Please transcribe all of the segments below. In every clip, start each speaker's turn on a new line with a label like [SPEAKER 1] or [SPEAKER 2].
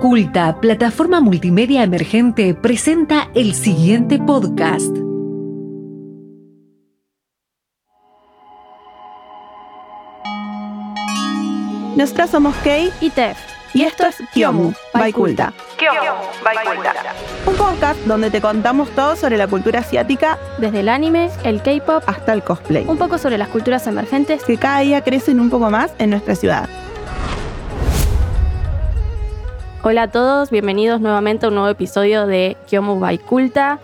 [SPEAKER 1] Culta, plataforma multimedia emergente, presenta el siguiente podcast.
[SPEAKER 2] Nosotras somos Kay
[SPEAKER 3] y Tef.
[SPEAKER 2] y esto es Kiomu by Culta,
[SPEAKER 4] Kyomu by Culta.
[SPEAKER 2] un podcast donde te contamos todo sobre la cultura asiática
[SPEAKER 3] Desde el anime, el K-pop,
[SPEAKER 2] hasta el cosplay,
[SPEAKER 3] un poco sobre las culturas emergentes.
[SPEAKER 2] que cada día crecen un poco más en nuestra ciudad.
[SPEAKER 3] Hola a todos, bienvenidos nuevamente a un nuevo episodio de Kyomu by Culta.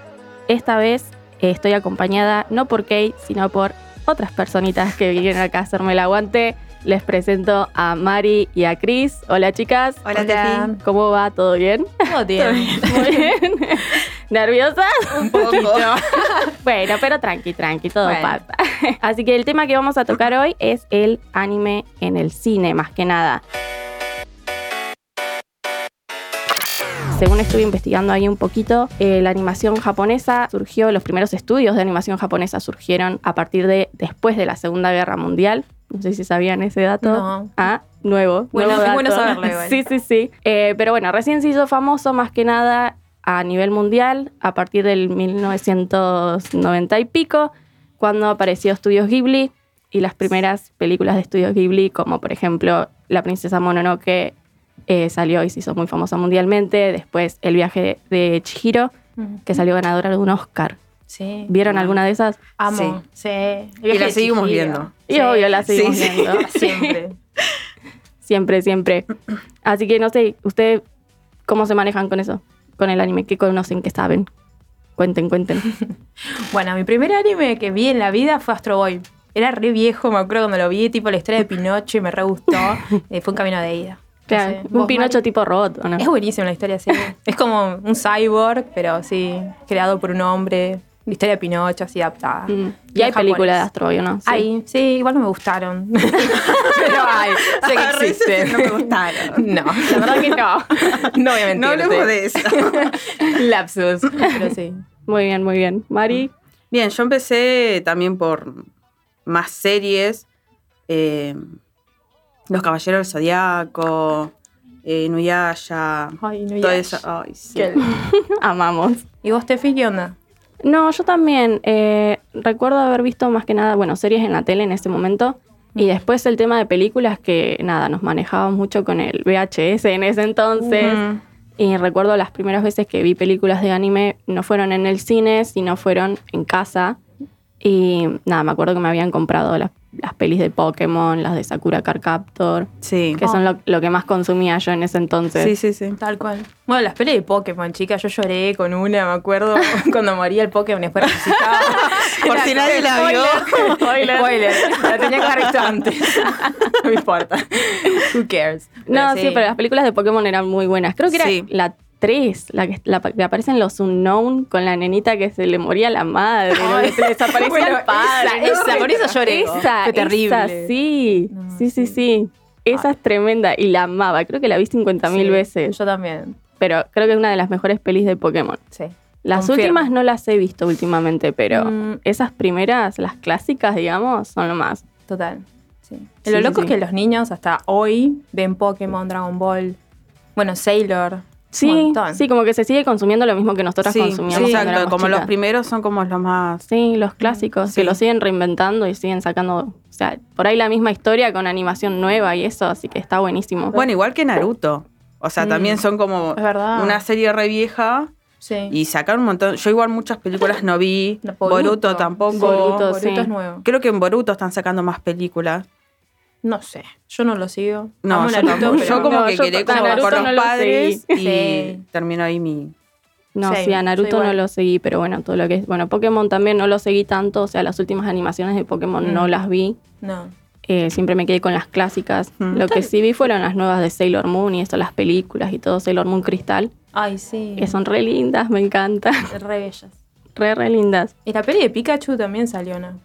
[SPEAKER 3] Esta vez eh, estoy acompañada no por Kate, sino por otras personitas que vinieron acá a hacerme el aguante. Les presento a Mari y a Chris. Hola chicas.
[SPEAKER 4] Hola, Hola. Tefi.
[SPEAKER 3] ¿Cómo va? ¿Todo bien?
[SPEAKER 5] Todo bien.
[SPEAKER 3] Muy bien. ¿Nerviosa?
[SPEAKER 5] Un poquito.
[SPEAKER 3] Bueno, pero tranqui, tranqui, todo
[SPEAKER 5] Bueno.
[SPEAKER 3] pasa. Así que el tema que vamos a tocar hoy es el anime en el cine, más que nada. Según estuve investigando ahí un poquito, eh, la animación japonesa surgió, los primeros estudios de animación japonesa surgieron a partir de después de la Segunda Guerra Mundial. No sé si sabían ese dato.
[SPEAKER 5] No.
[SPEAKER 3] Ah, nuevo.
[SPEAKER 5] Bueno,
[SPEAKER 3] nuevo
[SPEAKER 5] es bueno
[SPEAKER 3] dato.
[SPEAKER 5] saberlo igual.
[SPEAKER 3] Sí, sí, sí. Eh, pero bueno, recién se hizo famoso más que nada a nivel mundial a partir del 1990 y pico, cuando apareció Estudios Ghibli y las primeras películas de Estudios Ghibli, como por ejemplo La Princesa Mononoke, eh, salió y se hizo muy famosa mundialmente. Después El viaje de Chihiro, que salió ganadora de un Oscar.
[SPEAKER 5] Sí.
[SPEAKER 3] ¿Vieron alguna de esas?
[SPEAKER 5] Amo. Sí.
[SPEAKER 4] Y la seguimos viendo.
[SPEAKER 3] Y obvio la seguimos
[SPEAKER 5] Sí, sí.
[SPEAKER 3] viendo.
[SPEAKER 5] Siempre.
[SPEAKER 3] Siempre, siempre. Así que no sé, ¿ustedes cómo se manejan con eso? Con el anime, ¿qué conocen, qué saben? Cuenten, cuenten.
[SPEAKER 5] Bueno, mi primer anime que vi en la vida fue Astro Boy. Era re viejo, me acuerdo cuando lo vi, tipo la historia de Pinocho y me re gustó. Eh, fue un camino de ida. No
[SPEAKER 3] Claro,
[SPEAKER 5] sé.
[SPEAKER 3] un
[SPEAKER 5] ¿Vos,
[SPEAKER 3] Pinocho
[SPEAKER 5] Mari?
[SPEAKER 3] tipo robot, ¿o no?
[SPEAKER 5] Es buenísima la historia, sí. es como un cyborg, pero sí, creado por un hombre. La historia de Pinocho, así adaptada.
[SPEAKER 3] Mm. Y
[SPEAKER 5] Bien
[SPEAKER 3] hay películas de
[SPEAKER 5] japonés.
[SPEAKER 3] Astro Boy, ¿o ¿no? Sí.
[SPEAKER 5] Hay, sí, igual no me gustaron. pero hay, sé que
[SPEAKER 4] Arre, esas
[SPEAKER 5] existen.
[SPEAKER 4] no me gustaron.
[SPEAKER 5] No,
[SPEAKER 3] La verdad que no.
[SPEAKER 5] no voy a mentirte.
[SPEAKER 4] No hablemos de eso.
[SPEAKER 5] Lapsus. Pero sí.
[SPEAKER 3] Muy bien, muy bien. Mari,
[SPEAKER 4] Bien, yo empecé también por más series. eh, Los Caballeros del Zodiaco, eh, Nuyasha.
[SPEAKER 5] Ay, no
[SPEAKER 4] Todo eso. Ay, sí.
[SPEAKER 3] amamos.
[SPEAKER 5] ¿Y vos, Tefi, qué onda?
[SPEAKER 3] No, yo también eh, recuerdo haber visto más que nada, bueno, series en la tele en ese momento. Y
[SPEAKER 5] Mm.
[SPEAKER 3] después el tema de películas que, nada, nos manejábamos mucho con el VHS en ese entonces.
[SPEAKER 5] Mm.
[SPEAKER 3] Y recuerdo las primeras veces que vi películas de anime no fueron en el cine, sino fueron en casa. Y nada, me acuerdo que me habían comprado las, las pelis de Pokémon, las de Sakura Card Captor,
[SPEAKER 4] Sí.
[SPEAKER 3] que
[SPEAKER 5] Oh.
[SPEAKER 3] son lo, lo que más consumía yo en ese entonces.
[SPEAKER 4] Sí, sí, sí.
[SPEAKER 5] Tal cual. Bueno, las pelis de Pokémon, chicas, yo lloré con una, me acuerdo, cuando moría el Pokémon, después resucitaba.
[SPEAKER 4] Por si nadie la vio.
[SPEAKER 5] Spoiler. Spoiler. La tenía que haber visto antes. No me importa. Who cares?
[SPEAKER 3] No, sí. pero las películas de Pokémon eran muy buenas. Creo que era
[SPEAKER 4] Sí.
[SPEAKER 3] la 3, la que, la pa- que aparecen los Unknown con la nenita que se le moría la madre, ¿no? que se les aparecía
[SPEAKER 5] Bueno,
[SPEAKER 3] el padre.
[SPEAKER 5] esa, esa,
[SPEAKER 3] ¿no?
[SPEAKER 5] por eso lloré.
[SPEAKER 3] Esa,
[SPEAKER 5] Fue terrible.
[SPEAKER 3] esa, sí.
[SPEAKER 5] No,
[SPEAKER 3] sí, sí, sí. Esa es tremenda y la amaba. Creo que la vi 50.000
[SPEAKER 5] Sí,
[SPEAKER 3] veces.
[SPEAKER 5] Yo también.
[SPEAKER 3] Pero creo que es una de las mejores pelis de Pokémon.
[SPEAKER 5] Sí.
[SPEAKER 3] Las
[SPEAKER 5] Confirmo.
[SPEAKER 3] últimas no las he visto últimamente, pero
[SPEAKER 5] Mm.
[SPEAKER 3] esas primeras, las clásicas, digamos, son lo más.
[SPEAKER 5] Total. Sí.
[SPEAKER 3] Sí,
[SPEAKER 5] lo
[SPEAKER 3] sí,
[SPEAKER 5] loco
[SPEAKER 3] sí.
[SPEAKER 5] es que los niños hasta hoy ven Pokémon, Dragon Ball, bueno, Sailor. un
[SPEAKER 3] Sí,
[SPEAKER 5] montón.
[SPEAKER 3] sí, como que se sigue consumiendo lo mismo que nosotros
[SPEAKER 4] Sí,
[SPEAKER 3] consumíamos. cuando
[SPEAKER 4] exacto.
[SPEAKER 3] éramos
[SPEAKER 4] Como los
[SPEAKER 3] chicas.
[SPEAKER 4] primeros son como los más.
[SPEAKER 3] Sí, los clásicos,
[SPEAKER 4] Sí.
[SPEAKER 3] que lo siguen reinventando y siguen sacando, o sea, por ahí la misma historia con animación nueva y eso, así que está buenísimo.
[SPEAKER 4] Bueno, igual que Naruto. O sea,
[SPEAKER 5] Mm.
[SPEAKER 4] también son como
[SPEAKER 5] Es verdad.
[SPEAKER 4] una serie re vieja
[SPEAKER 5] Sí.
[SPEAKER 4] y sacaron un montón. Yo igual muchas películas no vi.
[SPEAKER 5] No,
[SPEAKER 4] Boruto,
[SPEAKER 5] Boruto.
[SPEAKER 4] tampoco.
[SPEAKER 3] Boruto.
[SPEAKER 5] Boruto
[SPEAKER 3] sí.
[SPEAKER 5] es nuevo.
[SPEAKER 4] Creo que en Boruto están sacando más películas.
[SPEAKER 5] No sé. Yo no lo sigo.
[SPEAKER 4] No,
[SPEAKER 5] Amo
[SPEAKER 4] yo,
[SPEAKER 5] Naruto,
[SPEAKER 4] tampoco.
[SPEAKER 5] pero-
[SPEAKER 4] yo como
[SPEAKER 3] No,
[SPEAKER 4] que
[SPEAKER 3] yo
[SPEAKER 4] quedé
[SPEAKER 3] ta-
[SPEAKER 4] como
[SPEAKER 3] Naruto
[SPEAKER 4] con los
[SPEAKER 3] no lo
[SPEAKER 4] padres y
[SPEAKER 5] seguí. Sí.
[SPEAKER 4] termino ahí mi...
[SPEAKER 3] no,
[SPEAKER 5] sí,
[SPEAKER 3] sí, a
[SPEAKER 5] yo
[SPEAKER 3] Naruto
[SPEAKER 5] igual.
[SPEAKER 3] no lo seguí, pero bueno, todo lo que es, bueno, Pokémon también no lo seguí tanto, o sea, las últimas animaciones de Pokémon
[SPEAKER 5] Mm.
[SPEAKER 3] no las vi,
[SPEAKER 5] No.
[SPEAKER 3] eh, siempre me quedé con las clásicas.
[SPEAKER 4] Mm.
[SPEAKER 3] Lo que sí vi fueron las nuevas de Sailor Moon y eso, las películas y todo, Sailor Moon Cristal,
[SPEAKER 5] Ay, sí.
[SPEAKER 3] que son re lindas, me encantan,
[SPEAKER 5] Re bellas.
[SPEAKER 3] re, re lindas.
[SPEAKER 5] Y la peli de Pikachu también salió, ¿no?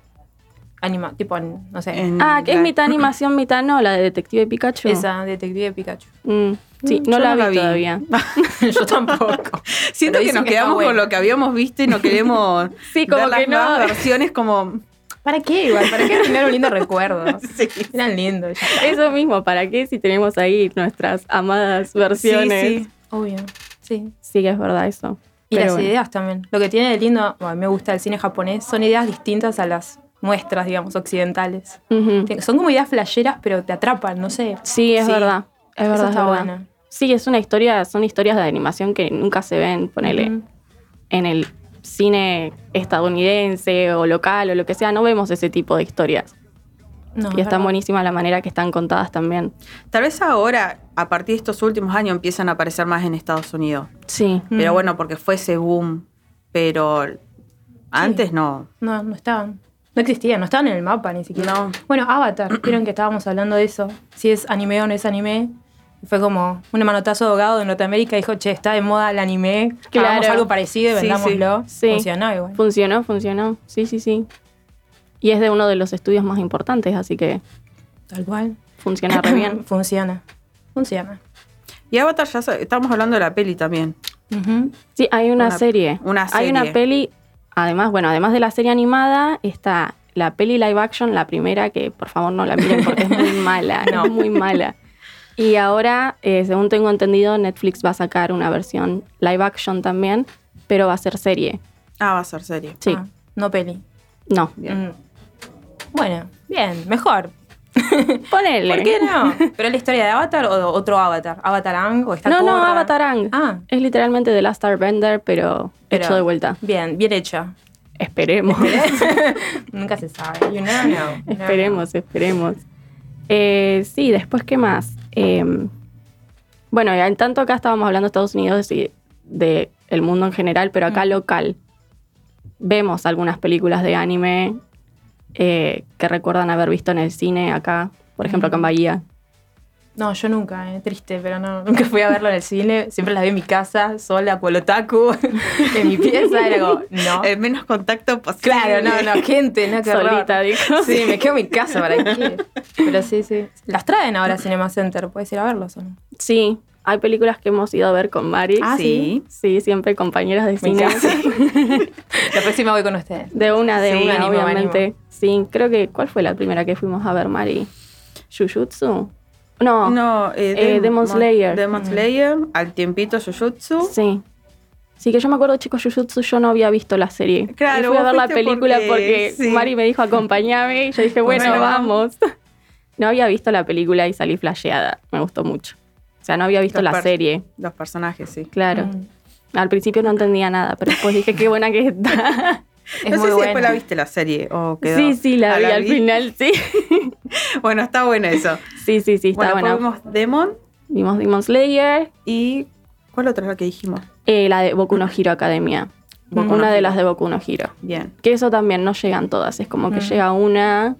[SPEAKER 5] Anima, tipo, no sé.
[SPEAKER 4] en
[SPEAKER 3] Ah, que es
[SPEAKER 4] Mm, la-
[SPEAKER 3] mitad animación, mitad no, la de Detective Pikachu.
[SPEAKER 5] Esa, Detective de Pikachu.
[SPEAKER 3] Mm, sí,
[SPEAKER 4] Mm,
[SPEAKER 3] no
[SPEAKER 4] yo
[SPEAKER 3] la, vi todavía.
[SPEAKER 5] yo tampoco. Pero
[SPEAKER 4] Siento que
[SPEAKER 5] dicen
[SPEAKER 4] nos
[SPEAKER 5] que
[SPEAKER 4] quedamos
[SPEAKER 5] está
[SPEAKER 4] con
[SPEAKER 5] buena.
[SPEAKER 4] lo que habíamos visto y no queremos
[SPEAKER 3] Sí, como
[SPEAKER 4] dar las
[SPEAKER 3] que no.
[SPEAKER 4] nuevas versiones como...
[SPEAKER 5] ¿Para qué igual? ¿Para qué tener un lindo recuerdo? Eran lindos. ya está.
[SPEAKER 3] Eso mismo, ¿para qué si tenemos ahí nuestras amadas
[SPEAKER 4] Sí,
[SPEAKER 3] versiones?
[SPEAKER 4] sí.
[SPEAKER 5] Obvio, sí.
[SPEAKER 3] Sí que es verdad eso.
[SPEAKER 5] Y
[SPEAKER 3] Pero
[SPEAKER 5] las
[SPEAKER 3] bueno.
[SPEAKER 5] ideas también. Lo que tiene de lindo, bueno, a mí me gusta el cine japonés, son ideas distintas a las nuestras, digamos, occidentales.
[SPEAKER 3] Ujú.
[SPEAKER 5] Te- Son como ideas flasheras, pero te atrapan, no sé.
[SPEAKER 3] Sí, es
[SPEAKER 5] Sí.
[SPEAKER 3] verdad. Es
[SPEAKER 5] Eso
[SPEAKER 3] verdad, es
[SPEAKER 5] está
[SPEAKER 3] verdad.
[SPEAKER 5] bueno.
[SPEAKER 3] Sí, es una historia, son historias de animación que nunca se ven, ponele,
[SPEAKER 5] Ujú.
[SPEAKER 3] en el cine estadounidense o local o lo que sea, no vemos ese tipo de historias.
[SPEAKER 5] No,
[SPEAKER 3] y está
[SPEAKER 5] verdad.
[SPEAKER 3] buenísima la manera que están contadas también.
[SPEAKER 4] Tal vez ahora, a partir de estos últimos años, empiezan a aparecer más en Estados Unidos.
[SPEAKER 3] Sí.
[SPEAKER 4] Pero
[SPEAKER 5] Mm.
[SPEAKER 4] bueno, porque fue ese boom. Pero antes no.
[SPEAKER 5] No, no estaban. No existían, no estaban en el mapa ni siquiera.
[SPEAKER 4] No.
[SPEAKER 5] Bueno, Avatar, vieron que estábamos hablando de eso. Si es anime o no es anime. Y Fue como un manotazo de abogado de Norteamérica dijo, che, está de moda el anime,
[SPEAKER 3] Claro.
[SPEAKER 5] hagamos algo parecido y
[SPEAKER 4] Sí, sí.
[SPEAKER 5] vendámoslo.
[SPEAKER 3] Sí.
[SPEAKER 5] Funcionó igual.
[SPEAKER 3] Funcionó, funcionó. Sí, sí, sí. Y es de uno de los estudios más importantes, así que
[SPEAKER 5] Tal cual.
[SPEAKER 3] funciona re bien.
[SPEAKER 5] Funciona. Funciona.
[SPEAKER 4] Y Avatar, ya sa- estamos hablando de la peli también.
[SPEAKER 5] Ujú.
[SPEAKER 3] Sí, hay una,
[SPEAKER 4] Una-
[SPEAKER 3] serie.
[SPEAKER 4] una
[SPEAKER 3] Hay una
[SPEAKER 4] serie.
[SPEAKER 3] peli, además, bueno, además de la serie animada, está la peli live action, la primera, que por favor no la miren porque es muy mala, no. muy mala. Y ahora, eh, según tengo entendido, Netflix va a sacar una versión live action también, pero va a ser serie.
[SPEAKER 4] Ah, va a ser serio.
[SPEAKER 3] Sí,
[SPEAKER 5] Ah, no peli.
[SPEAKER 3] no.
[SPEAKER 4] Bien.
[SPEAKER 5] Mm. Bueno, bien, mejor.
[SPEAKER 3] Ponele.
[SPEAKER 5] ¿Por qué no? ¿Pero es la historia de Avatar o de otro Avatar? ¿Avatar Ang o está
[SPEAKER 3] No, no,
[SPEAKER 5] Korra?
[SPEAKER 3] Avatarang.
[SPEAKER 5] Ah,
[SPEAKER 3] Es literalmente The Last Airbender, pero,
[SPEAKER 5] Pero-
[SPEAKER 3] hecho de vuelta.
[SPEAKER 5] bien, bien hecha.
[SPEAKER 3] Esperemos.
[SPEAKER 5] Nunca se sabe. You never know. You never know.
[SPEAKER 3] esperemos, esperemos. Eh, sí, después, ¿qué más? Eh, bueno, en tanto acá estábamos hablando de Estados Unidos y del mundo en general, pero acá
[SPEAKER 5] Mm.
[SPEAKER 3] local. Vemos algunas películas de anime eh, que recuerdan haber visto en el cine acá, por ejemplo,
[SPEAKER 5] Mm.
[SPEAKER 3] acá en Bahía.
[SPEAKER 5] No, yo nunca, eh, triste, pero no, nunca fui a verlo en el cine. Siempre las vi en mi casa, sola, con el otaku, en mi pieza. Era como, no.
[SPEAKER 4] El menos contacto posible.
[SPEAKER 5] Claro, no, no, gente, no, Ah, qué horror.
[SPEAKER 3] Solita, dijo.
[SPEAKER 5] Sí, me quedo en mi casa, ¿para qué? Pero sí, sí. Las traen ahora a Cinema Center, puedes ir a verlos o no.
[SPEAKER 3] Sí, hay películas que hemos ido a ver con Mari.
[SPEAKER 4] Ah, sí.
[SPEAKER 3] Sí, siempre compañeras de
[SPEAKER 5] Me
[SPEAKER 3] cine.
[SPEAKER 5] encanta. La próxima voy con ustedes.
[SPEAKER 3] De una, de
[SPEAKER 5] Sí, me
[SPEAKER 3] una,
[SPEAKER 5] animo, me
[SPEAKER 3] obviamente.
[SPEAKER 5] animo.
[SPEAKER 3] Sí, creo que. ¿Cuál fue la primera que fuimos a ver, Mari? ¿Jujutsu? No.
[SPEAKER 4] No, eh,
[SPEAKER 3] Eh, Demon Slayer. Mm.
[SPEAKER 4] Demon Slayer, al tiempito Jujutsu.
[SPEAKER 3] Sí. Sí, que yo me acuerdo, chicos, Jujutsu, yo no había visto la serie.
[SPEAKER 4] Claro,
[SPEAKER 3] Y fui a
[SPEAKER 4] vos
[SPEAKER 3] ver la
[SPEAKER 4] fuiste
[SPEAKER 3] película porque,
[SPEAKER 4] porque- sí.
[SPEAKER 3] Mari me dijo, acompáñame. Y yo dije, bueno,
[SPEAKER 4] Bueno,
[SPEAKER 3] vamos. No había visto la película y salí flasheada. Me gustó mucho. O sea, no había visto
[SPEAKER 4] Los
[SPEAKER 3] la
[SPEAKER 4] par-
[SPEAKER 3] serie.
[SPEAKER 4] Los personajes, sí.
[SPEAKER 3] Claro.
[SPEAKER 5] Mm.
[SPEAKER 3] Al principio no entendía nada, pero después dije, qué buena que está.
[SPEAKER 5] Es
[SPEAKER 4] no sé
[SPEAKER 5] muy
[SPEAKER 4] si
[SPEAKER 5] buena.
[SPEAKER 4] después la viste la serie o quedó.
[SPEAKER 3] Sí, sí, la
[SPEAKER 4] Ah,
[SPEAKER 3] vi al
[SPEAKER 4] vi.
[SPEAKER 3] final, sí.
[SPEAKER 4] Bueno, está bueno eso.
[SPEAKER 3] Sí, sí, sí, está
[SPEAKER 4] bueno,
[SPEAKER 3] buena.
[SPEAKER 4] después vimos Demon
[SPEAKER 3] Vimos Demon Slayer,
[SPEAKER 4] y. ¿Cuál otra es la que dijimos?
[SPEAKER 3] eh, la de Boku no Hero Academia.
[SPEAKER 4] Mm. Boku no
[SPEAKER 3] una de
[SPEAKER 4] Hero.
[SPEAKER 3] las de Boku no Hero.
[SPEAKER 4] Bien.
[SPEAKER 3] Que eso también no llegan todas. Es como que
[SPEAKER 5] Mm.
[SPEAKER 3] llega una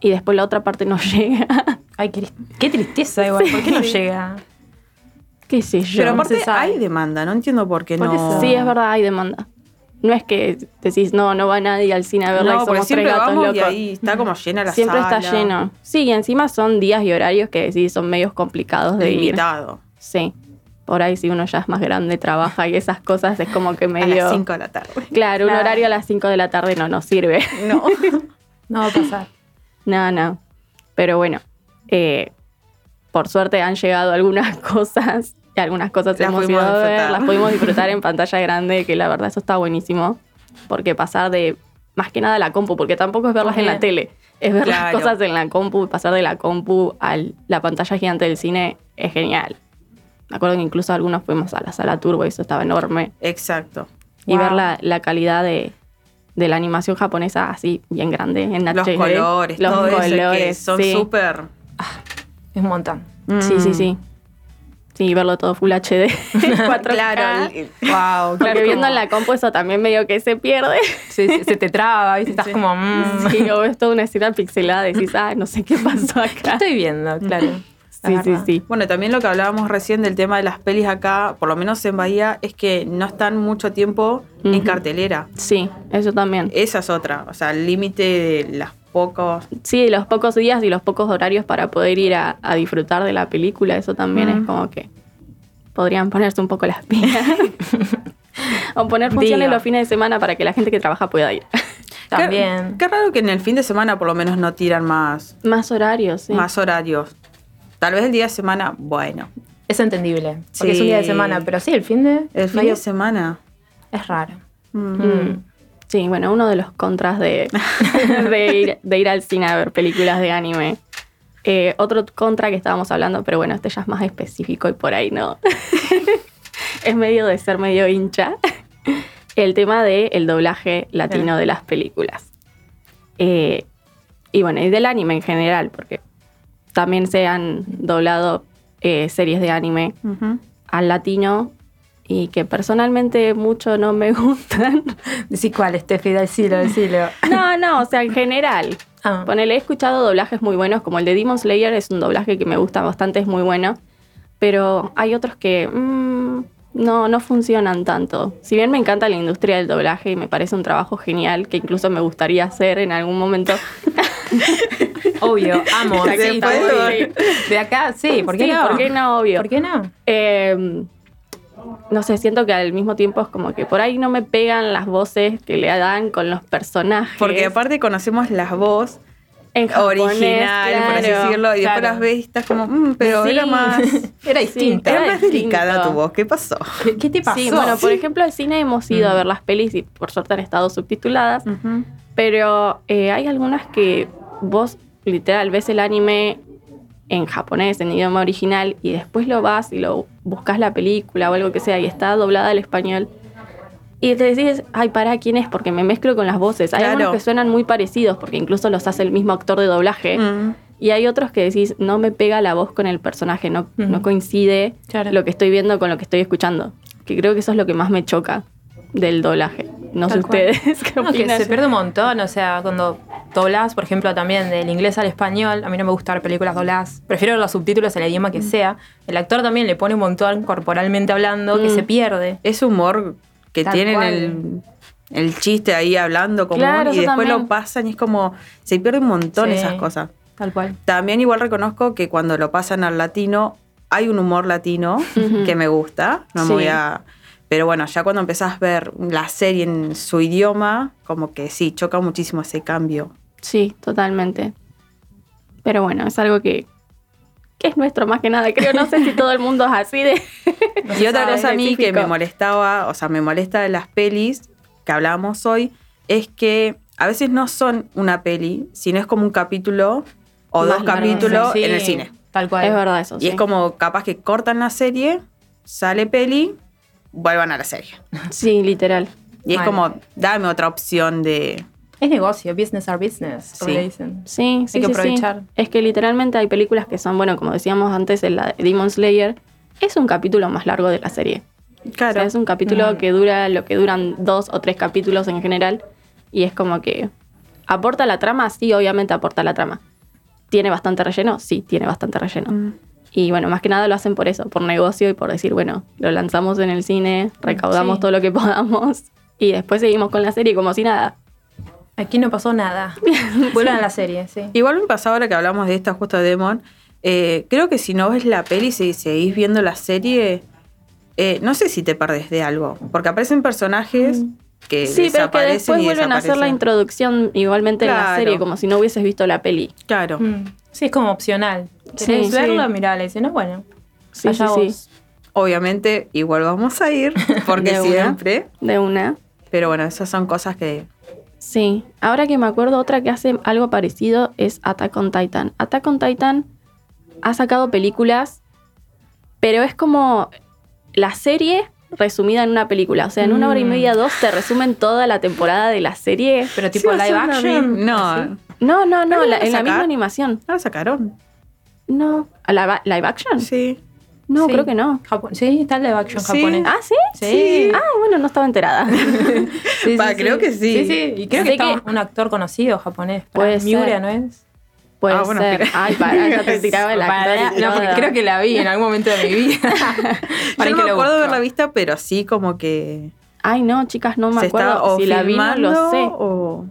[SPEAKER 3] y después la otra parte no llega.
[SPEAKER 5] Ay, qué, qué tristeza igual. ¿Por qué no llega?
[SPEAKER 3] ¿Qué sé yo?
[SPEAKER 4] Pero
[SPEAKER 5] no
[SPEAKER 4] aparte
[SPEAKER 5] se sabe.
[SPEAKER 4] hay demanda, no entiendo por qué
[SPEAKER 5] Por
[SPEAKER 4] no.
[SPEAKER 5] eso.
[SPEAKER 3] Sí, es verdad, hay demanda. No es que decís, no, no va nadie al cine a verla
[SPEAKER 4] No,
[SPEAKER 3] y
[SPEAKER 4] porque
[SPEAKER 3] somos tres
[SPEAKER 4] siempre
[SPEAKER 3] gatos
[SPEAKER 4] vamos
[SPEAKER 3] locos.
[SPEAKER 4] y ahí está como llena la
[SPEAKER 3] Siempre
[SPEAKER 4] sala.
[SPEAKER 3] está lleno. Sí, y encima son días y horarios que decís son medios complicados de ir.
[SPEAKER 4] Limitado.
[SPEAKER 3] Sí. Por ahí si uno ya es más grande, trabaja y esas cosas, es como que
[SPEAKER 4] A
[SPEAKER 3] medio...
[SPEAKER 4] las 5 de la tarde.
[SPEAKER 3] Claro, un
[SPEAKER 5] Claro.
[SPEAKER 3] horario a las 5 de la tarde no nos sirve.
[SPEAKER 4] No.
[SPEAKER 5] No va a pasar.
[SPEAKER 3] No, no. Pero bueno, eh, por suerte han llegado algunas cosas. Y algunas cosas
[SPEAKER 4] Las
[SPEAKER 3] hemos ido
[SPEAKER 4] pudimos
[SPEAKER 3] a ver,
[SPEAKER 4] disfrutar.
[SPEAKER 3] las pudimos disfrutar en pantalla grande, que la verdad eso está buenísimo. Porque pasar de, más que nada, la compu, porque tampoco es verlas en la
[SPEAKER 5] Bien.
[SPEAKER 3] tele, es ver las
[SPEAKER 4] Claro.
[SPEAKER 3] cosas en la compu, y pasar de la compu a la pantalla gigante del cine es genial. Me acuerdo que incluso algunos fuimos a la sala turbo y eso estaba enorme.
[SPEAKER 4] Exacto.
[SPEAKER 3] Y
[SPEAKER 5] Wow.
[SPEAKER 3] ver la, la calidad de, de la animación japonesa así, bien grande, en
[SPEAKER 4] Los
[SPEAKER 3] HD,
[SPEAKER 4] colores,
[SPEAKER 3] ¿eh? los
[SPEAKER 4] todo eso que
[SPEAKER 3] colores,
[SPEAKER 4] son
[SPEAKER 3] sí.
[SPEAKER 4] súper. Mm.
[SPEAKER 5] Es un montón.
[SPEAKER 3] Sí, sí, sí. Sí, verlo todo Full HD. 4K.
[SPEAKER 4] Claro. y-
[SPEAKER 5] Wow,
[SPEAKER 3] Porque viendo en la compu eso también medio que se pierde.
[SPEAKER 5] se, se- se te traba, ¿viste? Estás
[SPEAKER 4] Sí.
[SPEAKER 5] como. mm,
[SPEAKER 3] Sí, o ves toda una escena pixelada y decís, ah, no sé qué pasó
[SPEAKER 5] ¿Qué
[SPEAKER 3] acá.
[SPEAKER 5] estoy viendo? Claro.
[SPEAKER 3] Sí,
[SPEAKER 5] La
[SPEAKER 3] sí,
[SPEAKER 5] verdad.
[SPEAKER 3] sí.
[SPEAKER 4] Bueno, también lo que hablábamos recién del tema de las pelis acá, por lo menos en Bahía, es que no están mucho tiempo en
[SPEAKER 3] Ujú.
[SPEAKER 4] cartelera.
[SPEAKER 3] Sí, eso también.
[SPEAKER 4] Esa es otra, o sea, el límite de las pocos.
[SPEAKER 3] Sí, los pocos días y los pocos horarios para poder ir a, a disfrutar de la película, eso también es como que podrían ponerse un poco las pilas. o poner funciones
[SPEAKER 5] Digo.
[SPEAKER 3] los fines de semana para que la gente que trabaja pueda ir.
[SPEAKER 5] También.
[SPEAKER 4] Qué, qué raro que en el fin de semana por lo menos no tiran más,
[SPEAKER 3] Más horarios, sí.
[SPEAKER 4] más horarios. Tal vez el día de semana, bueno.
[SPEAKER 5] Es entendible. Porque es
[SPEAKER 4] Sí.
[SPEAKER 5] un día de semana, pero sí, el fin de.
[SPEAKER 4] El fin
[SPEAKER 5] medio-
[SPEAKER 4] de semana.
[SPEAKER 5] Es raro.
[SPEAKER 4] Mm.
[SPEAKER 5] Mm.
[SPEAKER 3] Sí, bueno, uno de los contras de, de, ir, de ir al cine a ver películas de anime. Eh, otro contra que estábamos hablando, pero bueno, este ya es más específico y por ahí no. es medio de ser medio hincha. El tema del el doblaje latino de las películas. Eh, y bueno, y del anime en general, porque también se han doblado eh, series de anime
[SPEAKER 4] Ujú.
[SPEAKER 3] al latino y que personalmente mucho no me gustan.
[SPEAKER 5] Decís cuál, Estefi, decilo, decilo.
[SPEAKER 3] No, no, o sea, en general.
[SPEAKER 5] Ah,
[SPEAKER 3] Ponele, he escuchado doblajes muy buenos, como el de Demon Slayer, es un doblaje que me gusta bastante, es muy bueno. Pero hay otros que mm, no, no funcionan tanto. Si bien me encanta la industria del doblaje y me parece un trabajo genial, que incluso me gustaría hacer en algún momento.
[SPEAKER 5] obvio, amo.
[SPEAKER 3] Ya que
[SPEAKER 5] sí,
[SPEAKER 3] estamos,
[SPEAKER 5] sí. De acá, sí, ¿por qué
[SPEAKER 3] Sí,
[SPEAKER 5] no?
[SPEAKER 3] ¿Por qué no, obvio?
[SPEAKER 5] ¿Por qué no?
[SPEAKER 3] Eh, no sé, siento que al mismo tiempo es como que por ahí no me pegan las voces que le dan con los personajes.
[SPEAKER 4] Porque aparte conocemos las voz
[SPEAKER 3] en japonés,
[SPEAKER 4] original, por así
[SPEAKER 3] claro.
[SPEAKER 4] decirlo, y después
[SPEAKER 5] claro.
[SPEAKER 4] las ves y estás como, "Mm, pero
[SPEAKER 3] Sí.
[SPEAKER 4] era más,
[SPEAKER 5] Era
[SPEAKER 3] Sí.
[SPEAKER 5] distinta.
[SPEAKER 4] era
[SPEAKER 3] Era
[SPEAKER 4] más delicada
[SPEAKER 3] distinto.
[SPEAKER 4] tu voz. ¿Qué pasó?
[SPEAKER 5] ¿Qué, qué te pasó?
[SPEAKER 3] Sí, bueno, por ejemplo, al cine hemos ido a ver las pelis y por suerte han estado subtituladas,
[SPEAKER 4] Ujú.
[SPEAKER 3] pero eh, hay algunas que vos literal ves el anime en japonés, en idioma original, y después lo vas y lo buscas la película o algo que sea y está doblada al español. Y te decís, ay, para, ¿quién es? Porque me mezclo con las voces. Hay
[SPEAKER 4] Claro.
[SPEAKER 3] algunos que suenan muy parecidos, porque incluso los hace el mismo actor de doblaje.
[SPEAKER 4] Mm.
[SPEAKER 3] Y hay otros que decís, no me pega la voz con el personaje, no,
[SPEAKER 5] Ujú.
[SPEAKER 3] no coincide
[SPEAKER 5] Claro.
[SPEAKER 3] lo que estoy viendo con lo que estoy escuchando. Que creo que eso es lo que más me choca del doblaje. No sé
[SPEAKER 5] Tal cual.
[SPEAKER 3] ustedes qué
[SPEAKER 5] No, que
[SPEAKER 3] opinan.
[SPEAKER 5] se pierde un montón, o sea, cuando doblas, por ejemplo, también del inglés al español, a mí no me gusta ver películas dobladas, prefiero ver los subtítulos en el idioma que sea. El actor también le pone un montón corporalmente hablando que
[SPEAKER 3] Mm.
[SPEAKER 5] se pierde.
[SPEAKER 4] Es humor que
[SPEAKER 5] Tal
[SPEAKER 4] tienen
[SPEAKER 5] cual.
[SPEAKER 4] el, el chiste ahí hablando común
[SPEAKER 3] Claro,
[SPEAKER 4] y
[SPEAKER 3] eso
[SPEAKER 4] después lo
[SPEAKER 3] también.
[SPEAKER 4] pasan y es como, se pierde un montón
[SPEAKER 5] Sí.
[SPEAKER 4] esas cosas.
[SPEAKER 5] Tal cual.
[SPEAKER 4] También igual reconozco que cuando lo pasan al latino, hay un humor latino
[SPEAKER 3] Ujú.
[SPEAKER 4] que me gusta. No
[SPEAKER 3] Sí.
[SPEAKER 4] me voy a. Pero bueno, ya cuando empezás a ver la serie en su idioma, como que sí, choca muchísimo ese cambio.
[SPEAKER 3] Sí, totalmente. Pero bueno, es algo que, que es nuestro más que nada. Creo, no sé si todo el mundo es así de...
[SPEAKER 4] Y otra
[SPEAKER 3] sabe,
[SPEAKER 4] cosa a mí que
[SPEAKER 3] específico.
[SPEAKER 4] me molestaba, o sea, me molesta de las pelis que hablábamos hoy, es que a veces no son una peli, sino es como un capítulo o
[SPEAKER 3] Más
[SPEAKER 4] dos
[SPEAKER 3] largo,
[SPEAKER 4] capítulos
[SPEAKER 5] Sí,
[SPEAKER 4] en el cine.
[SPEAKER 5] Tal cual.
[SPEAKER 3] Es verdad eso,
[SPEAKER 4] Y
[SPEAKER 3] sí.
[SPEAKER 4] es como capaz que cortan la serie, sale peli, vuelvan a la serie.
[SPEAKER 3] Sí, literal.
[SPEAKER 4] Y es
[SPEAKER 5] Mal.
[SPEAKER 4] como, dame otra opción de...
[SPEAKER 5] Es negocio, business are business, como
[SPEAKER 4] Sí.
[SPEAKER 5] le dicen.
[SPEAKER 3] Sí, sí,
[SPEAKER 5] que
[SPEAKER 3] sí, sí.
[SPEAKER 5] aprovechar.
[SPEAKER 3] Es que literalmente hay películas que son, bueno, como decíamos antes, en la de Demon Slayer, es un capítulo más largo de la serie. O sea, es un capítulo
[SPEAKER 5] Mm.
[SPEAKER 3] que dura lo que duran dos o tres capítulos en general. Y es como que. ¿Aporta la trama? Sí, obviamente aporta la trama. ¿Tiene bastante relleno? Sí, tiene bastante relleno.
[SPEAKER 4] Mm.
[SPEAKER 3] Y bueno, más que nada lo hacen por eso, por negocio y por decir, bueno, lo lanzamos en el cine, recaudamos
[SPEAKER 5] Sí.
[SPEAKER 3] todo lo que podamos y después seguimos con la serie como si nada.
[SPEAKER 5] Aquí no pasó nada. Vuelvan a la serie, sí.
[SPEAKER 4] Igual me pasaba ahora que hablamos de esta justo Demon. eh, creo que si no ves la peli y se- seguís viendo la serie, eh, no sé si te perdés de algo. Porque aparecen personajes que
[SPEAKER 3] Mm. Sí, pero que
[SPEAKER 4] Eh, desaparecen
[SPEAKER 3] después
[SPEAKER 4] y
[SPEAKER 3] vuelven a hacer la
[SPEAKER 4] desaparecen.
[SPEAKER 3] introducción igualmente en la
[SPEAKER 4] Claro.
[SPEAKER 3] serie, como si no hubieses visto la peli.
[SPEAKER 4] Claro.
[SPEAKER 5] Mm. Sí, es como opcional. ¿Querés
[SPEAKER 3] Sí.
[SPEAKER 5] verlo? Mirá, le dicen, no, bueno.
[SPEAKER 3] Sí,
[SPEAKER 5] allá
[SPEAKER 3] sí,
[SPEAKER 5] vos.
[SPEAKER 3] sí.
[SPEAKER 4] Obviamente, igual vamos a ir, porque
[SPEAKER 3] De una.
[SPEAKER 4] siempre.
[SPEAKER 3] De una.
[SPEAKER 4] Pero bueno, esas son cosas que.
[SPEAKER 3] Sí, ahora que me acuerdo, otra que hace algo parecido es Attack on Titan. Attack on Titan ha sacado películas, pero es como la serie resumida en una película. O sea, en una hora y
[SPEAKER 5] Mm.
[SPEAKER 3] media, dos, te resumen toda la temporada de la serie.
[SPEAKER 5] Pero tipo
[SPEAKER 4] Sí, va a
[SPEAKER 5] live
[SPEAKER 4] ser una
[SPEAKER 5] action.
[SPEAKER 4] bien- No,
[SPEAKER 5] así.
[SPEAKER 3] No, no,
[SPEAKER 4] ¿No
[SPEAKER 3] no,
[SPEAKER 4] la
[SPEAKER 3] la-
[SPEAKER 4] van a
[SPEAKER 3] en la
[SPEAKER 4] sacar?
[SPEAKER 3] misma animación.
[SPEAKER 4] no la sacaron.
[SPEAKER 3] No. ¿A la va- ¿Live action?
[SPEAKER 4] Sí.
[SPEAKER 3] No,
[SPEAKER 5] Sí.
[SPEAKER 3] creo que no.
[SPEAKER 5] Japón- Sí, está el live action
[SPEAKER 4] Sí.
[SPEAKER 5] japonés.
[SPEAKER 3] ¿Ah, sí?
[SPEAKER 5] Sí.
[SPEAKER 3] Ah, bueno, no estaba enterada.
[SPEAKER 5] Sí,
[SPEAKER 4] Va, creo que
[SPEAKER 5] Sí,
[SPEAKER 4] sí.
[SPEAKER 5] sí. Y creo
[SPEAKER 3] Sé
[SPEAKER 5] que está
[SPEAKER 3] que-
[SPEAKER 5] un actor conocido japonés.
[SPEAKER 3] Puede
[SPEAKER 5] Para- Miura,
[SPEAKER 3] ser.
[SPEAKER 5] ¿no es?
[SPEAKER 3] Puede
[SPEAKER 4] Ah, bueno,
[SPEAKER 3] ser.
[SPEAKER 4] pero-
[SPEAKER 3] Ay, para, ya te tiraba el actor. y
[SPEAKER 5] no, porque
[SPEAKER 3] todo.
[SPEAKER 5] creo que la vi en algún momento de mi vida. Para
[SPEAKER 4] Yo
[SPEAKER 5] que
[SPEAKER 4] no me
[SPEAKER 5] lo
[SPEAKER 4] acuerdo de
[SPEAKER 5] busco.
[SPEAKER 4] haberla vista, pero sí como que.
[SPEAKER 3] Ay, no, chicas, no me
[SPEAKER 4] se está
[SPEAKER 3] acuerdo.
[SPEAKER 4] o
[SPEAKER 3] Si la vi, no
[SPEAKER 4] filmando
[SPEAKER 3] lo sé.
[SPEAKER 4] o-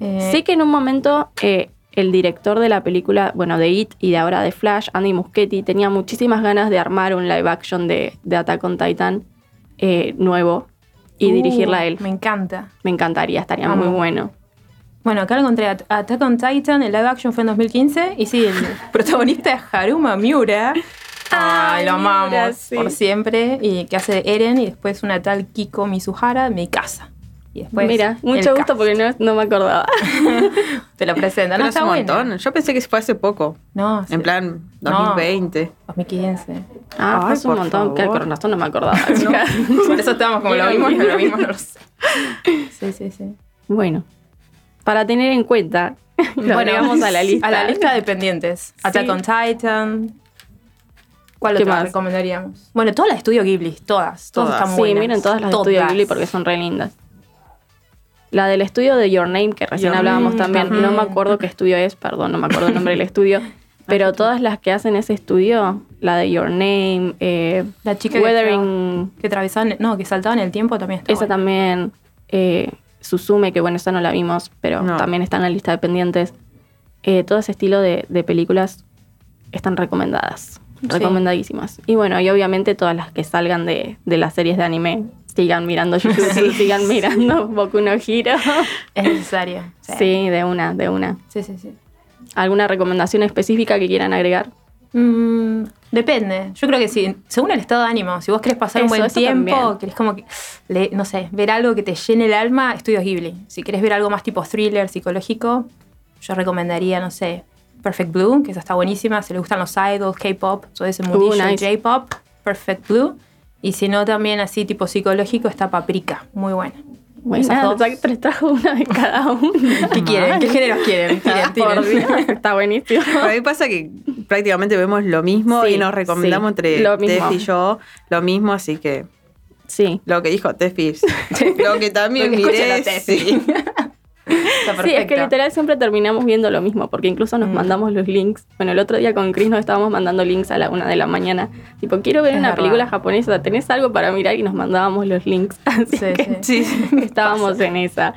[SPEAKER 5] Eh,
[SPEAKER 3] Sé que en un momento eh, el director de la película, bueno, de It y de ahora de Flash, Andy Muschietti, tenía muchísimas ganas de armar un live action de, de Attack on Titan eh, nuevo y
[SPEAKER 5] uh,
[SPEAKER 3] dirigirla a él.
[SPEAKER 5] Me encanta.
[SPEAKER 3] Me encantaría, estaría
[SPEAKER 5] Amo.
[SPEAKER 3] muy bueno.
[SPEAKER 5] Bueno, acá lo encontré. At- Attack on Titan, el live action fue en 2015. Y sí, el protagonista es Haruma Miura. Ay, lo amamos
[SPEAKER 3] ahora sí.
[SPEAKER 5] por siempre. Y que hace de Eren y después una tal Kiko Mizuhara, mi casa. Y después
[SPEAKER 3] Mira,
[SPEAKER 5] Pues, el
[SPEAKER 3] mucho gusto
[SPEAKER 5] cast.
[SPEAKER 3] porque no, no me acordaba.
[SPEAKER 5] te lo presento.
[SPEAKER 4] Pero
[SPEAKER 5] No,
[SPEAKER 4] hace
[SPEAKER 5] está
[SPEAKER 4] un
[SPEAKER 5] bueno.
[SPEAKER 4] montón. Yo pensé que fue hace poco.
[SPEAKER 5] No, sí.
[SPEAKER 4] En plan,
[SPEAKER 5] No.
[SPEAKER 4] 2020.
[SPEAKER 5] 2015.
[SPEAKER 3] Ah,
[SPEAKER 4] Ay,
[SPEAKER 3] fue hace un
[SPEAKER 4] por
[SPEAKER 3] montón. que
[SPEAKER 4] favor.
[SPEAKER 3] Con razón no me acordaba. chica.
[SPEAKER 5] Por eso estábamos como lo vimos, no lo vimos, no lo sé. Sí, sí, sí.
[SPEAKER 3] Bueno, para tener en cuenta, lo agregamos a la lista.
[SPEAKER 5] A la lista de pendientes. Attack on Titan. ¿Cuál
[SPEAKER 3] ¿Qué
[SPEAKER 5] otra
[SPEAKER 3] más?
[SPEAKER 5] recomendaríamos? Bueno, todas las de estudio Ghibli, todas. Todas,
[SPEAKER 4] Todas.
[SPEAKER 5] están
[SPEAKER 3] Sí,
[SPEAKER 5] buenas.
[SPEAKER 3] miren todas las de
[SPEAKER 5] Todas.
[SPEAKER 3] estudio Ghibli porque son re lindas. La del estudio de Your Name, que recién
[SPEAKER 4] Your
[SPEAKER 3] hablábamos
[SPEAKER 5] Name,
[SPEAKER 3] también. No
[SPEAKER 5] también.
[SPEAKER 3] me acuerdo qué estudio es, perdón, no me acuerdo el nombre del estudio. Pero todas las que hacen ese estudio, la de Your Name, eh,
[SPEAKER 5] La chica que
[SPEAKER 3] Weathering,
[SPEAKER 5] Que atravesaban, no, que saltaban el tiempo también está
[SPEAKER 3] esa
[SPEAKER 5] buena.
[SPEAKER 3] también, eh, Suzume, que bueno, esa no la vimos, pero
[SPEAKER 4] No.
[SPEAKER 3] también está en la lista de pendientes. Eh, todo ese estilo de, de películas están recomendadas,
[SPEAKER 5] Sí.
[SPEAKER 3] recomendadísimas. Y bueno, y obviamente todas las que salgan de, de las series de anime, sigan mirando Jujutsu, sigan mirando Boku no Hero.
[SPEAKER 5] Es necesaria.
[SPEAKER 3] Sí. de una, de una.
[SPEAKER 5] Sí, sí, sí.
[SPEAKER 3] ¿Alguna recomendación específica que quieran agregar?
[SPEAKER 5] Mm, depende. Yo creo que sí. Según el estado de ánimo, si vos querés pasar un
[SPEAKER 3] Eso,
[SPEAKER 5] buen
[SPEAKER 3] eso
[SPEAKER 5] tiempo,
[SPEAKER 3] también.
[SPEAKER 5] querés como que, le- no sé, ver algo que te llene el alma, estudios Ghibli. Si querés ver algo más tipo thriller, psicológico, yo recomendaría, no sé, Perfect Blue, que esa está buenísima. Si le gustan los idols, K-pop, todo ese mundillo de
[SPEAKER 3] nice.
[SPEAKER 5] J-pop, Perfect Blue. Y si no, también así tipo psicológico, está Paprika, muy buena.
[SPEAKER 3] Bueno,
[SPEAKER 5] Esas dos.
[SPEAKER 3] tra- tra- trajo una de cada una.
[SPEAKER 5] ¿Qué quieren? ¿Qué géneros quieren? Tiren,
[SPEAKER 3] Por
[SPEAKER 5] tiren.
[SPEAKER 3] Dios, está buenísimo.
[SPEAKER 4] Pero a mí pasa que prácticamente vemos lo mismo
[SPEAKER 3] Sí,
[SPEAKER 4] y nos recomendamos
[SPEAKER 3] sí,
[SPEAKER 4] entre
[SPEAKER 3] lo mismo.
[SPEAKER 4] Tefi y yo lo mismo, así que
[SPEAKER 3] Sí.
[SPEAKER 4] lo que dijo Tefi es lo que también
[SPEAKER 5] Lo que escucha la
[SPEAKER 4] miré.
[SPEAKER 5] Tefi.
[SPEAKER 4] sí.
[SPEAKER 5] Está
[SPEAKER 3] Sí, es que
[SPEAKER 5] perfecta. Mm.
[SPEAKER 3] literal siempre terminamos viendo lo mismo, porque incluso nos mandamos los links. Bueno, el otro día con Chris nos estábamos mandando links a la una de la mañana. Tipo, quiero ver
[SPEAKER 5] Es
[SPEAKER 3] una
[SPEAKER 5] verdad.
[SPEAKER 3] película japonesa, ¿tenés algo para mirar? Y nos mandábamos los links. Así
[SPEAKER 5] Sí,
[SPEAKER 3] que
[SPEAKER 5] sí.
[SPEAKER 4] Sí,
[SPEAKER 3] estábamos en esa.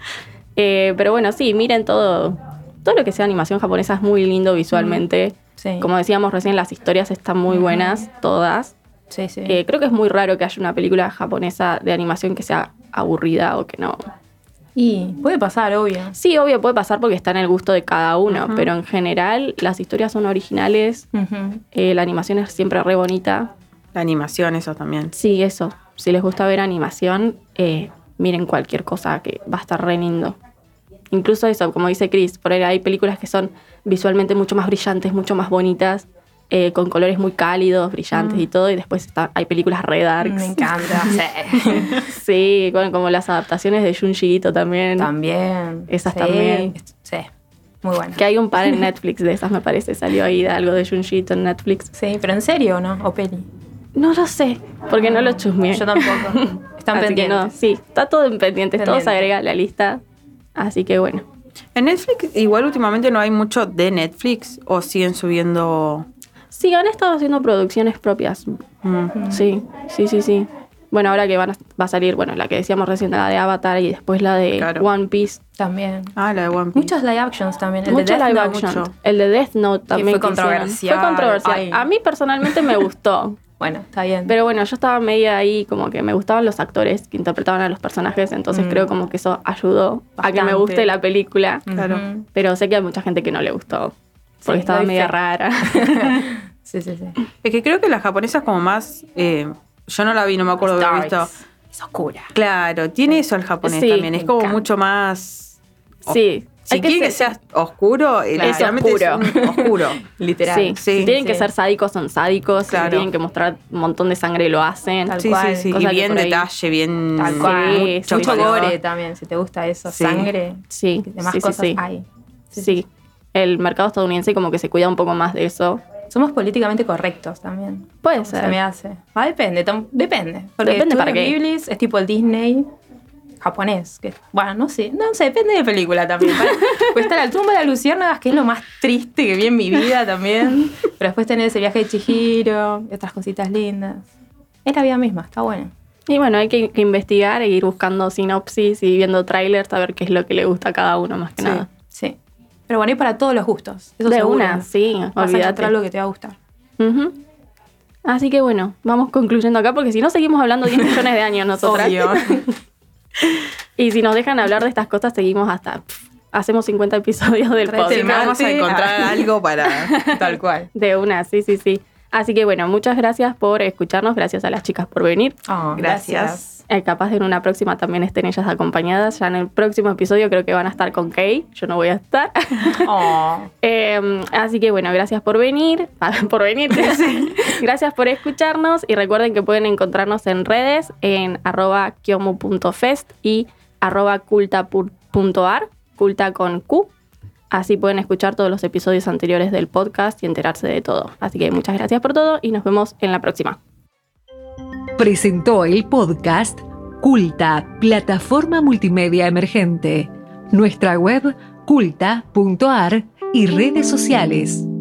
[SPEAKER 3] Eh, pero bueno, sí, miren todo. Todo lo que sea animación japonesa es muy lindo visualmente.
[SPEAKER 5] Mm, Sí.
[SPEAKER 3] Como decíamos recién, las historias están muy buenas, todas.
[SPEAKER 5] Sí, sí.
[SPEAKER 3] Eh, creo que es muy raro que haya una película japonesa de animación que sea aburrida o que no,
[SPEAKER 5] y puede pasar, obvio.
[SPEAKER 3] Sí, obvio, puede pasar porque está en el gusto de cada uno, pero en general las historias son originales,
[SPEAKER 5] Ujú.
[SPEAKER 3] eh, la animación es siempre re bonita.
[SPEAKER 4] La animación, eso también.
[SPEAKER 3] Sí, eso. Si les gusta ver animación, eh, miren cualquier cosa que va a estar re lindo. Incluso eso, como dice Chris, por ahí hay películas que son visualmente mucho más brillantes, mucho más bonitas, eh, con colores muy cálidos, brillantes y todo, y después está- hay películas re darks.
[SPEAKER 5] Mm. Me encanta. sí.
[SPEAKER 3] Sí, bueno, como las adaptaciones de Junji Ito también.
[SPEAKER 5] También.
[SPEAKER 3] Esas también.
[SPEAKER 5] Sí. Muy bueno.
[SPEAKER 3] Que hay un par en Netflix de esas, me parece. Salió ahí de algo de Junji Ito en Netflix.
[SPEAKER 5] Sí, pero en serio, ¿no? O peli.
[SPEAKER 3] No lo sé, porque no lo chusmeé.
[SPEAKER 5] Yo tampoco. Están
[SPEAKER 3] Así que
[SPEAKER 5] pendientes.
[SPEAKER 3] no, sí, está todo en pendientes. Todo se
[SPEAKER 5] Pendiente.
[SPEAKER 3] agrega a la lista. Así que bueno.
[SPEAKER 4] En Netflix, igual últimamente no hay mucho de Netflix o siguen subiendo.
[SPEAKER 3] Sí, han estado haciendo producciones propias.
[SPEAKER 4] mm,
[SPEAKER 3] Sí, sí, sí, sí. Bueno, ahora que van a- va a salir, bueno, la que decíamos recién, la de Avatar y después la de
[SPEAKER 4] Claro.
[SPEAKER 3] One Piece.
[SPEAKER 5] También.
[SPEAKER 4] Ah, la de One Piece.
[SPEAKER 5] Muchos live actions también. El
[SPEAKER 3] Mucho
[SPEAKER 5] de Death
[SPEAKER 3] live
[SPEAKER 5] Note,
[SPEAKER 3] action.
[SPEAKER 5] mucho.
[SPEAKER 3] El de Death Note también.
[SPEAKER 5] fue
[SPEAKER 3] que hicieron.
[SPEAKER 5] controversial.
[SPEAKER 3] Fue controversial.
[SPEAKER 5] Ay.
[SPEAKER 3] A mí personalmente me gustó.
[SPEAKER 5] Bueno, está bien.
[SPEAKER 3] Pero bueno, yo estaba media ahí, como que me gustaban los actores que interpretaban a los personajes, entonces
[SPEAKER 5] Mm.
[SPEAKER 3] creo como que eso ayudó a que me
[SPEAKER 5] Bastante.
[SPEAKER 3] guste la película.
[SPEAKER 5] Ujú.
[SPEAKER 4] claro.
[SPEAKER 3] Pero sé que hay mucha gente que no le gustó, porque
[SPEAKER 5] Sí,
[SPEAKER 3] estaba
[SPEAKER 5] doy
[SPEAKER 3] media
[SPEAKER 5] fe.
[SPEAKER 3] rara.
[SPEAKER 5] Sí, sí, sí.
[SPEAKER 4] Es que creo que la japonesa es como más. eh, yo no la vi, no me acuerdo de haber visto.
[SPEAKER 5] Darks. Es oscura.
[SPEAKER 4] Claro, tiene eso el japonés
[SPEAKER 3] Sí,
[SPEAKER 4] también. Es
[SPEAKER 3] me
[SPEAKER 4] como
[SPEAKER 3] encanta.
[SPEAKER 4] mucho más.
[SPEAKER 3] sí.
[SPEAKER 4] Si
[SPEAKER 3] Hay
[SPEAKER 4] quiere que,
[SPEAKER 3] ser-
[SPEAKER 4] sea oscuro, eh,
[SPEAKER 5] Claro. Es
[SPEAKER 4] literalmente es
[SPEAKER 3] oscuro.
[SPEAKER 4] un oscuro.
[SPEAKER 5] Literal.
[SPEAKER 3] Sí.
[SPEAKER 4] Sí,
[SPEAKER 3] si tienen que
[SPEAKER 5] sí.
[SPEAKER 3] ser sádicos, son sádicos. Si
[SPEAKER 4] Claro.
[SPEAKER 3] tienen que mostrar un montón de sangre, lo hacen.
[SPEAKER 5] Tal
[SPEAKER 4] sí,
[SPEAKER 5] cual,
[SPEAKER 4] sí, sí. Y
[SPEAKER 3] cosa que
[SPEAKER 4] bien
[SPEAKER 3] por ahí-
[SPEAKER 4] detalle, bien.
[SPEAKER 5] Tal
[SPEAKER 3] Sí,
[SPEAKER 5] cual.
[SPEAKER 3] sí,
[SPEAKER 5] Mucho, mucho
[SPEAKER 3] sí.
[SPEAKER 5] gore también, si te gusta eso.
[SPEAKER 4] Sí.
[SPEAKER 5] Sangre.
[SPEAKER 3] Sí,
[SPEAKER 5] y Demás
[SPEAKER 3] sí, sí,
[SPEAKER 5] cosas
[SPEAKER 3] sí.
[SPEAKER 5] hay.
[SPEAKER 3] Sí. El mercado estadounidense como que se cuida un poco más de eso.
[SPEAKER 5] Somos políticamente correctos también.
[SPEAKER 3] Puede
[SPEAKER 5] Se
[SPEAKER 3] ser.
[SPEAKER 5] me hace. Ah, depende, tam- depende. Porque
[SPEAKER 3] Depende para
[SPEAKER 5] Estudios
[SPEAKER 3] qué.
[SPEAKER 5] Ghiblis es tipo el Disney japonés. Que, bueno, no sé, no sé, depende de película también. Para- pues está la tumba de las luciérnagas, que es lo más triste que vi en mi vida también. Pero después tenés el viaje de Chihiro, y otras cositas lindas. Es la vida misma, está buena.
[SPEAKER 3] Y bueno, hay que, que investigar e ir buscando sinopsis y viendo trailers a ver qué es lo que le gusta a cada uno más que
[SPEAKER 4] Sí.
[SPEAKER 3] nada.
[SPEAKER 5] Sí. Pero bueno, hay para todos los gustos. Eso
[SPEAKER 3] de
[SPEAKER 5] seguro.
[SPEAKER 3] una, sí,
[SPEAKER 5] Vas a encontrar
[SPEAKER 3] olvídate.
[SPEAKER 5] algo que te va a gustar.
[SPEAKER 3] Ujú. Así que bueno, vamos concluyendo acá porque si no seguimos hablando 10 millones de años nosotras.
[SPEAKER 5] Obvio.
[SPEAKER 3] Y si nos dejan hablar de estas cosas, seguimos hasta. pff, hacemos 50 episodios del
[SPEAKER 5] Re
[SPEAKER 3] podcast.
[SPEAKER 5] tema.
[SPEAKER 4] Siempre vamos a
[SPEAKER 5] Mate.
[SPEAKER 4] encontrar algo para.
[SPEAKER 5] Tal cual.
[SPEAKER 3] De una, sí, sí, sí. Así que bueno, muchas gracias por escucharnos, gracias a las chicas por venir.
[SPEAKER 4] Ah,
[SPEAKER 5] Oh,
[SPEAKER 4] Gracias.
[SPEAKER 3] Eh, capaz en una próxima también estén ellas acompañadas. Ya en el próximo episodio creo que van a estar con Kay, yo no voy a estar.
[SPEAKER 5] gracias. Oh.
[SPEAKER 3] Eh, así que bueno, gracias por venir, ah, por venir. gracias por escucharnos y recuerden que pueden encontrarnos en redes en arroba kiomu.fest y arroba culta.ar, culta con Q. Así pueden escuchar todos los episodios anteriores del podcast y enterarse de todo. Así que muchas gracias por todo y nos vemos en la próxima.
[SPEAKER 1] presentó el podcast Culta, plataforma multimedia emergente. Nuestra web culta.ar y redes sociales.